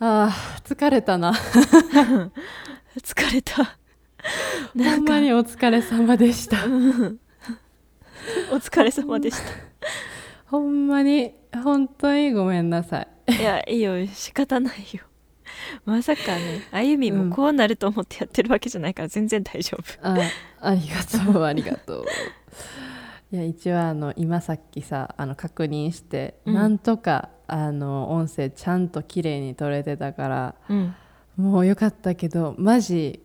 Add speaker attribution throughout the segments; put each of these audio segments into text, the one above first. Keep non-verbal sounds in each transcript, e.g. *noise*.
Speaker 1: ああ、疲れたな。
Speaker 2: 疲れた
Speaker 1: ほんまにお疲れ様でした。
Speaker 2: *laughs* お疲れ様でし
Speaker 1: ほんまに、本当にごめんなさい。
Speaker 2: た *laughs* いやいいよ仕方ないよまさかねあゆみもこうなると思ってやってるわけじゃないから全然大丈夫
Speaker 1: あありがとう、ありがとう。いや、一応、あの、今さっきさ、あの、確認して、
Speaker 2: うん
Speaker 1: なんとか、あの、音声ちゃんと綺麗に撮れてたから、
Speaker 2: *laughs* うん
Speaker 1: もうよかったけど、マジ、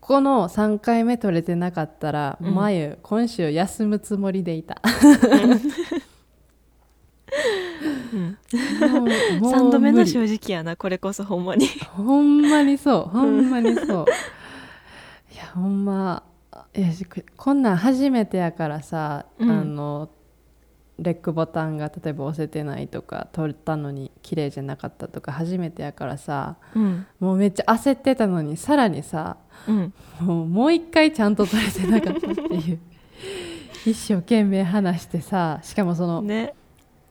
Speaker 1: この3回目撮れてなかったら、
Speaker 2: うん
Speaker 1: まゆ、今週休むつもりでいた。
Speaker 2: うん
Speaker 1: もうもう
Speaker 2: 3度目
Speaker 1: 無
Speaker 2: の
Speaker 1: 理
Speaker 2: 正直やなこれこそほんまに
Speaker 1: ほんまにそうほんまにそういやほんまいやしこんなん初めてやからさ、
Speaker 2: うん
Speaker 1: あのレックボタンが例えば押せてないとか取ったのに綺麗じゃなかったとか初めてやからさ
Speaker 2: うん
Speaker 1: もうめっちゃ焦ってたのにさらにさ
Speaker 2: うん
Speaker 1: もうもう一回ちゃんと取れてなかったって *laughs* いう一生懸命話してさしかもその、
Speaker 2: ね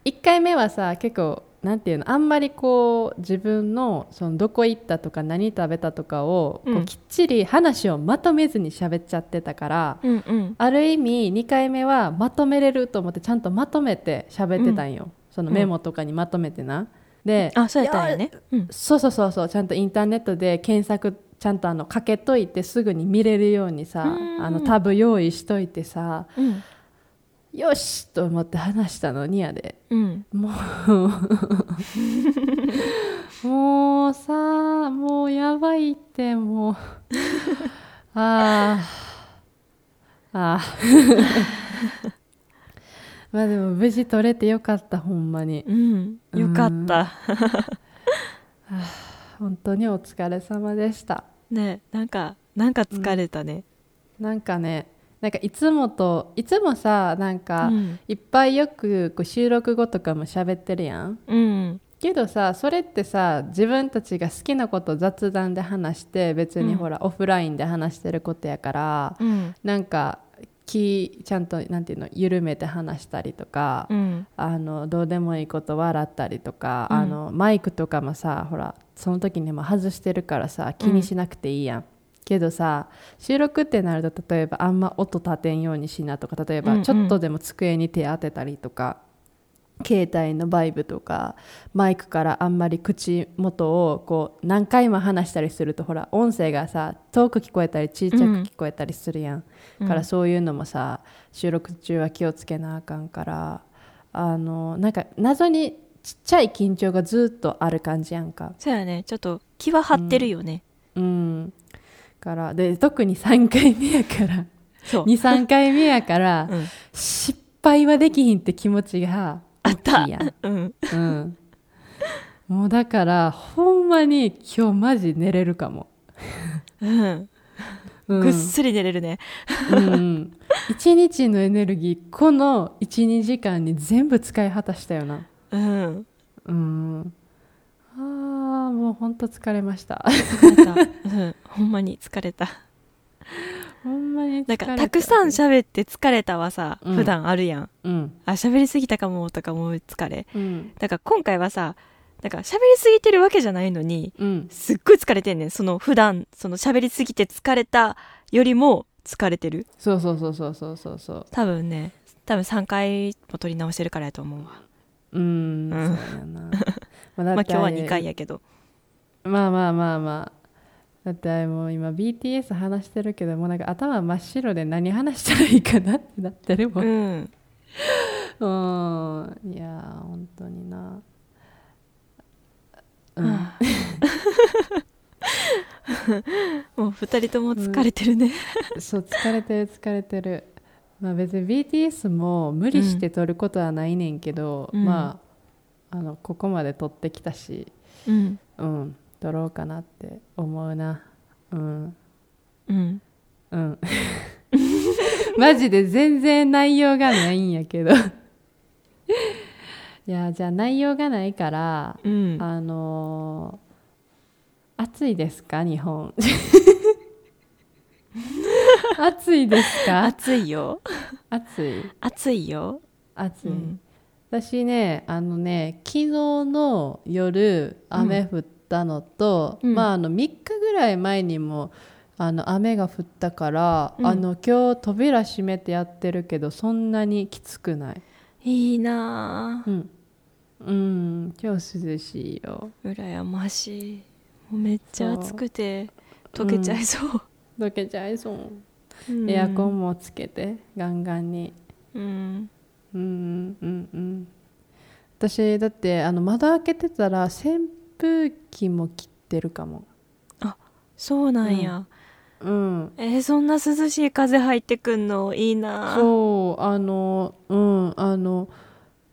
Speaker 1: 1回目はさ結構なんていうのあんまりこう自分のそのどこ行ったとか何食べたとかを、こう
Speaker 2: うん
Speaker 1: きっちり話をまとめずに喋っちゃってたから、
Speaker 2: うんうん
Speaker 1: ある意味2回目はまとめれると思ってちゃんとまとめて喋ってたんよ、そのメモとかにまとめてな。で
Speaker 2: あそうやったんやねうん
Speaker 1: そうそうそうそうちゃんとインターネットで検索ちゃんとあのかけといてすぐに見れるようにさ
Speaker 2: うん
Speaker 1: あのタブ用意しといてさ
Speaker 2: うん
Speaker 1: よしと思って話したのにやで
Speaker 2: うん
Speaker 1: もうもうさもうやばいってもう *laughs* ああああ *laughs* まあでも無事取れてよかったほんまに
Speaker 2: うんよかった
Speaker 1: 本当にお疲れ様でした
Speaker 2: ねなんかなんか疲れたね
Speaker 1: なんかねなんかいつもといつもさなんか、
Speaker 2: うん
Speaker 1: いっぱいよくこう収録後とかも喋ってるやん
Speaker 2: うん
Speaker 1: けどさそれってさ自分たちが好きなことを雑談で話して別に
Speaker 2: うん
Speaker 1: ほら、オフラインで話してることやから、
Speaker 2: うん
Speaker 1: なんか気ちゃんとなんていうの緩めて話したりとか、
Speaker 2: うん
Speaker 1: あのどうでもいいこと笑ったりとか、
Speaker 2: うん
Speaker 1: あのマイクとかもさほらその時にも外してるからさ気にしなくていいやん。けどさ収録ってなると例えばあんま音立てんようにしなとか例え
Speaker 2: うんう
Speaker 1: ば
Speaker 2: ん
Speaker 1: ちょっとでも机に手当てたりとか、携帯のバイブとかマイクからあんまり口元をこう何回も話したりするとほら音声がさ遠く聞こえたり小さく聞こえたりするやん、
Speaker 2: うん
Speaker 1: からそういうのもさ収録中は気をつけなあかんからあのなんか謎にちっちゃい緊張がずっとある感じやんか
Speaker 2: そうやねちょっと気は張ってるよね
Speaker 1: うんからで特に3回目や
Speaker 2: *laughs*
Speaker 1: から
Speaker 2: そう
Speaker 1: 23回目やから、
Speaker 2: うん
Speaker 1: 失敗はできひんって気持ちが大きいやん
Speaker 2: うん
Speaker 1: うん、もうだからほんまに今日マジ寝れるかも、
Speaker 2: うん
Speaker 1: うん
Speaker 2: ぐっすり寝れるね
Speaker 1: うん、一日のエネルギーこの12時間に全部使い果たしたよな
Speaker 2: うん
Speaker 1: うんあーもうほんと疲れました *laughs*
Speaker 2: なんかうんほんまに疲れた
Speaker 1: ほんまに疲
Speaker 2: な
Speaker 1: れ
Speaker 2: んかたくさん
Speaker 1: ゃ
Speaker 2: 喋って疲れたはさ
Speaker 1: うん
Speaker 2: 普段あるやん
Speaker 1: うん
Speaker 2: あ喋りすぎたかもとか思う疲れ
Speaker 1: うん
Speaker 2: だから今回はさなんか喋りすぎてるわけじゃないのに
Speaker 1: うん
Speaker 2: すっごい疲れてんねんその普段その喋りすぎて疲れたよりも疲れてる
Speaker 1: そうそうそうそうそうそうそう
Speaker 2: 多分ね多分3回も撮り直してるからやと思うわ
Speaker 1: うん、
Speaker 2: う
Speaker 1: そ
Speaker 2: ん
Speaker 1: うやなまあだ
Speaker 2: まあ
Speaker 1: っ
Speaker 2: 今
Speaker 1: て
Speaker 2: 日は2回やけど
Speaker 1: まあまあまあまあだってあれもう今 BTS 話してるけどもうなんか頭真っ白で何話したらいいかなってなってるも
Speaker 2: うん
Speaker 1: う
Speaker 2: ん
Speaker 1: んいやー本当になうん、
Speaker 2: もう2人とも疲れてるね
Speaker 1: *laughs* そう疲れてる疲れてるまあ別に BTS も無理して撮ることはないねんけど、
Speaker 2: うん
Speaker 1: まああのここまで撮ってきたし
Speaker 2: うん
Speaker 1: うん撮ろうかなって思うなうん
Speaker 2: うん
Speaker 1: うん
Speaker 2: *laughs*
Speaker 1: マジで全然内容がないんやけどいやじゃあ内容がないから、
Speaker 2: うん
Speaker 1: あのー暑いですか日
Speaker 2: *laughs*
Speaker 1: 本暑いですか
Speaker 2: 暑いよ
Speaker 1: 暑い
Speaker 2: 暑いよ
Speaker 1: 暑
Speaker 2: う
Speaker 1: い、
Speaker 2: ん
Speaker 1: 私ねあのね昨日の夜雨降ったのと、
Speaker 2: うん
Speaker 1: まあ、あの3日ぐらい前にもあの雨が降ったから、
Speaker 2: うん
Speaker 1: あの今日扉閉めてやってるけどそんなにきつくない、
Speaker 2: いいなあ
Speaker 1: うん、うん今日涼しいよ
Speaker 2: 羨ましいもうめっちゃ暑くて溶けちゃいそう、
Speaker 1: どけちゃいそう、
Speaker 2: うん
Speaker 1: エアコンもつけてガンガンに
Speaker 2: うん
Speaker 1: うんうんうん私だってあの窓開けてたら扇風機も切ってるかも
Speaker 2: そうなんや、
Speaker 1: うん
Speaker 2: えーそんな涼しい風入ってくんのいいなあ
Speaker 1: そうあのうんあの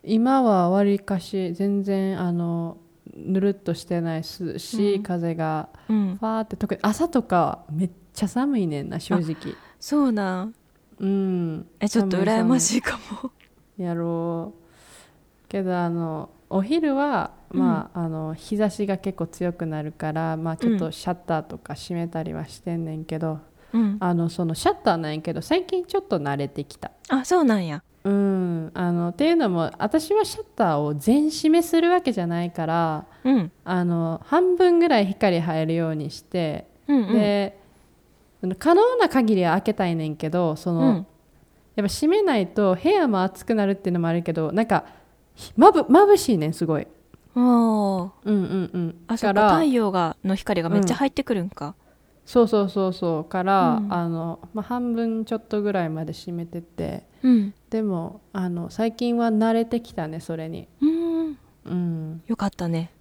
Speaker 1: 今はわりかし全然あのぬるっとしてない涼し
Speaker 2: うん
Speaker 1: い風が
Speaker 2: うん
Speaker 1: ファーって特に朝とかめっちゃ寒いねんな正直
Speaker 2: そうなん
Speaker 1: うん
Speaker 2: えちょっと羨まし
Speaker 1: い
Speaker 2: いかも
Speaker 1: やろうけどあのお昼はまあ,、あの日差しが結構強くなるから、まあ、ちょっ
Speaker 2: う
Speaker 1: と
Speaker 2: ん
Speaker 1: シャッターとか閉めたりはしてんねんけど、
Speaker 2: うん
Speaker 1: あのそのシャッターなんやけど最近ちょっと慣れてきた
Speaker 2: あそうなんや
Speaker 1: うん、あのっていうのも私はシャッターを全閉めするわけじゃないから
Speaker 2: うん
Speaker 1: あの半分ぐらい光入るようにして、
Speaker 2: うんうん
Speaker 1: であの可能な限りは開けたいねんけどその、
Speaker 2: うん
Speaker 1: やっぱ閉めないと部屋も暑くなるっていうのもあるけどなんかひまぶ眩しいねんすごい。
Speaker 2: おー
Speaker 1: うんうんうん、
Speaker 2: あそ
Speaker 1: か
Speaker 2: っから太陽がの光がめっちゃ入ってくるんか、
Speaker 1: そうそうそうそうから、
Speaker 2: うん
Speaker 1: あのまあ、半分ちょっとぐらいまで閉めてて
Speaker 2: うん
Speaker 1: でもあの最近は慣れてきたねそれに。
Speaker 2: うん
Speaker 1: うん
Speaker 2: よかったね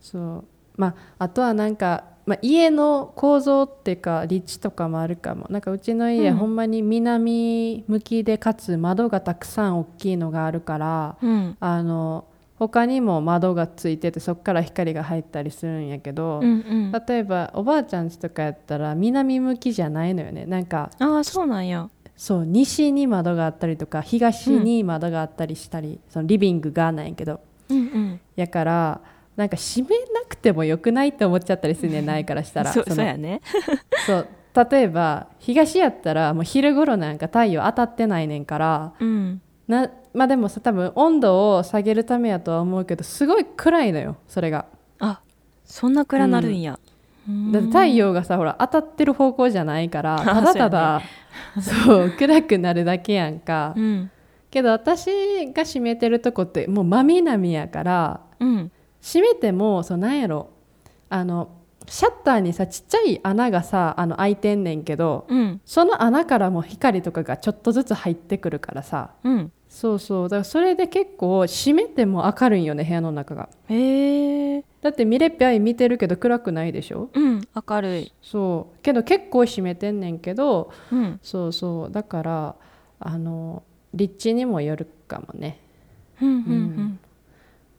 Speaker 1: そうまああとはなんか、まあ、家の構造っていうか立地とかもあるかもなんかうちの家、
Speaker 2: うん
Speaker 1: ほんまに南向きでかつ窓がたくさん大きいのがあるから
Speaker 2: うん
Speaker 1: あの他にも窓がついててそこから光が入ったりするんやけど、
Speaker 2: うんうんあ
Speaker 1: 例えばおばあちゃん家とかやったら南向きじゃないのよねなんか
Speaker 2: あーそうなんや
Speaker 1: そう西に窓があったりとか東に窓があったりしたり、そのリビングがないけど
Speaker 2: うんうん
Speaker 1: やからなんか閉めなくてもよくないって思っちゃったりするねないからしたら
Speaker 2: そ
Speaker 1: の
Speaker 2: そうやね
Speaker 1: そう例えば東やったらもう昼頃なんか太陽当たってないねんから
Speaker 2: うん
Speaker 1: なまあでもさ多分温度を下げるためやとは思うけどすごい暗いのよそれが
Speaker 2: あそんな暗なるんや、うん
Speaker 1: だって太陽がさほら当たってる方向じゃないから
Speaker 2: *laughs*
Speaker 1: ただただそう暗くなるだけやんか
Speaker 2: うん
Speaker 1: けど私が閉めてるとこってもう真南やから
Speaker 2: うん
Speaker 1: 閉めてもそうなんやろあのシャッターにさちっちゃい穴がさあの開いてんねんけど
Speaker 2: うん
Speaker 1: その穴からも光とかがちょっとずつ入ってくるからさ
Speaker 2: うん
Speaker 1: そうそうだからそれで結構閉めても明るいんよね部屋の中が
Speaker 2: へえ
Speaker 1: だってミレッピアイ見てるけど暗くないでしょ
Speaker 2: うん明るい
Speaker 1: そうけど結構閉めてんねんけど
Speaker 2: うん
Speaker 1: そうそうだからあの立地にもよるかもね
Speaker 2: うんうん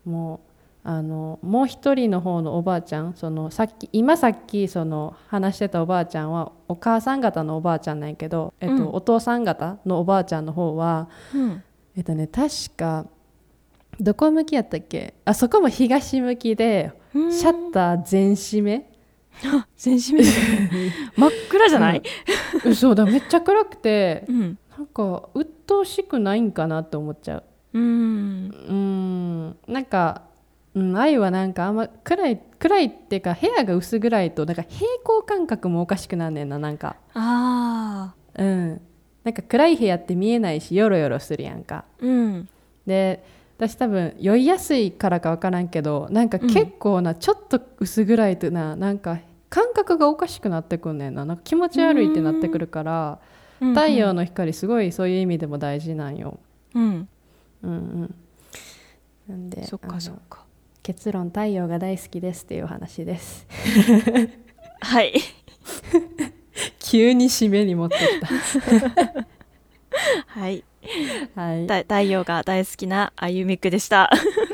Speaker 1: もうあのもう一人の方のおばあちゃんそのさっき今さっきその話してたおばあちゃんはお母さん方のおばあちゃんなんやけど、えっと
Speaker 2: うん
Speaker 1: お父さん方のおばあちゃんの方は
Speaker 2: うんうん
Speaker 1: えっとね確かどこ向きやったっけあそこも東向きで
Speaker 2: うん
Speaker 1: シャッター全閉め、
Speaker 2: あ全身見える真っ暗じゃない、
Speaker 1: *laughs* 嘘だめっちゃ暗くて
Speaker 2: うん
Speaker 1: なんか鬱陶しくないんかなって思っちゃう
Speaker 2: うん
Speaker 1: うーんなんか、うん、愛はなんかあんま暗い暗いっていうか部屋が薄暗いとなんか平行感覚もおかしくなんねんななんか
Speaker 2: ああ
Speaker 1: うんなんか暗い部屋って見えないしヨロヨロするやんか
Speaker 2: うん
Speaker 1: で私多分酔いやすいからか分からんけどなんか結構な、ちょっと薄暗いとななんか感覚がおかしくなってくんねんななんか気持ち悪いってなってくるから太陽の光すごいそういう意味でも大事なんよ
Speaker 2: うん、
Speaker 1: うんうんなん
Speaker 2: う
Speaker 1: で
Speaker 2: ん、そっ
Speaker 1: あ
Speaker 2: か
Speaker 1: の
Speaker 2: そっか
Speaker 1: 結論太陽が大好きですっていうお話です
Speaker 2: はい
Speaker 1: *laughs* 急に締めに持ってきた
Speaker 2: はい
Speaker 1: *laughs* はい、
Speaker 2: だ太陽が大好きなあゆみくで *laughs* した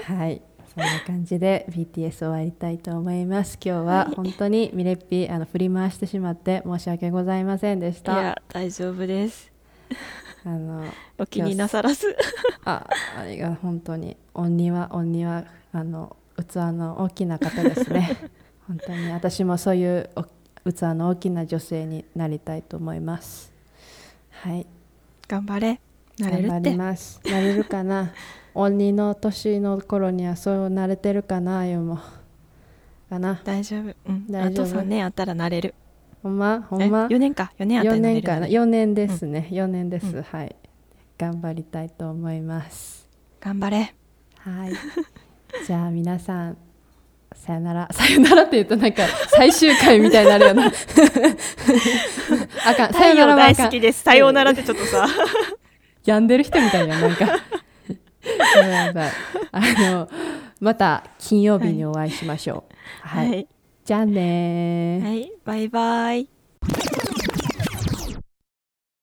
Speaker 1: はい、そんな感じで BTS 終わりたいと思います今日は本当にミレッピあの振り回してしまって申し訳ございませんでし
Speaker 2: い
Speaker 1: たあ
Speaker 2: や大丈夫です
Speaker 1: の
Speaker 2: お気になさらず
Speaker 1: ああれが本当に恩には恩にはあの器の大きな方です
Speaker 2: *laughs*
Speaker 1: ね本当に私もそういうお器の大きな女性になりたいと思いますはい
Speaker 2: 頑張れなれる
Speaker 1: 頑張
Speaker 2: っ
Speaker 1: り
Speaker 2: て
Speaker 1: ますなれるか
Speaker 2: *laughs*
Speaker 1: な鬼の年の頃にはそうなれてるかなあゆもかな
Speaker 2: 大丈夫うん
Speaker 1: 大丈夫
Speaker 2: あと3年あったらなれる
Speaker 1: ほんまほんま
Speaker 2: 4年か4年あったら
Speaker 1: 4
Speaker 2: なれ
Speaker 1: 年
Speaker 2: る
Speaker 1: かな4年ですね、4年です、
Speaker 2: うん
Speaker 1: はい頑張りたいと思います
Speaker 2: 頑張れ
Speaker 1: はいじゃあ皆さんさよならさよならって言うとなんか最終回みたいになるよなあかん
Speaker 2: 太
Speaker 1: さよな
Speaker 2: 陽
Speaker 1: らはあ
Speaker 2: 大
Speaker 1: か
Speaker 2: 好
Speaker 1: ん
Speaker 2: きですさようならってちょっとさ
Speaker 1: 病んでる人みたいななんかやばいやばいあのまた金曜日にお会いしましょうはい、
Speaker 2: はい
Speaker 1: じゃあねー
Speaker 2: はいバイバイ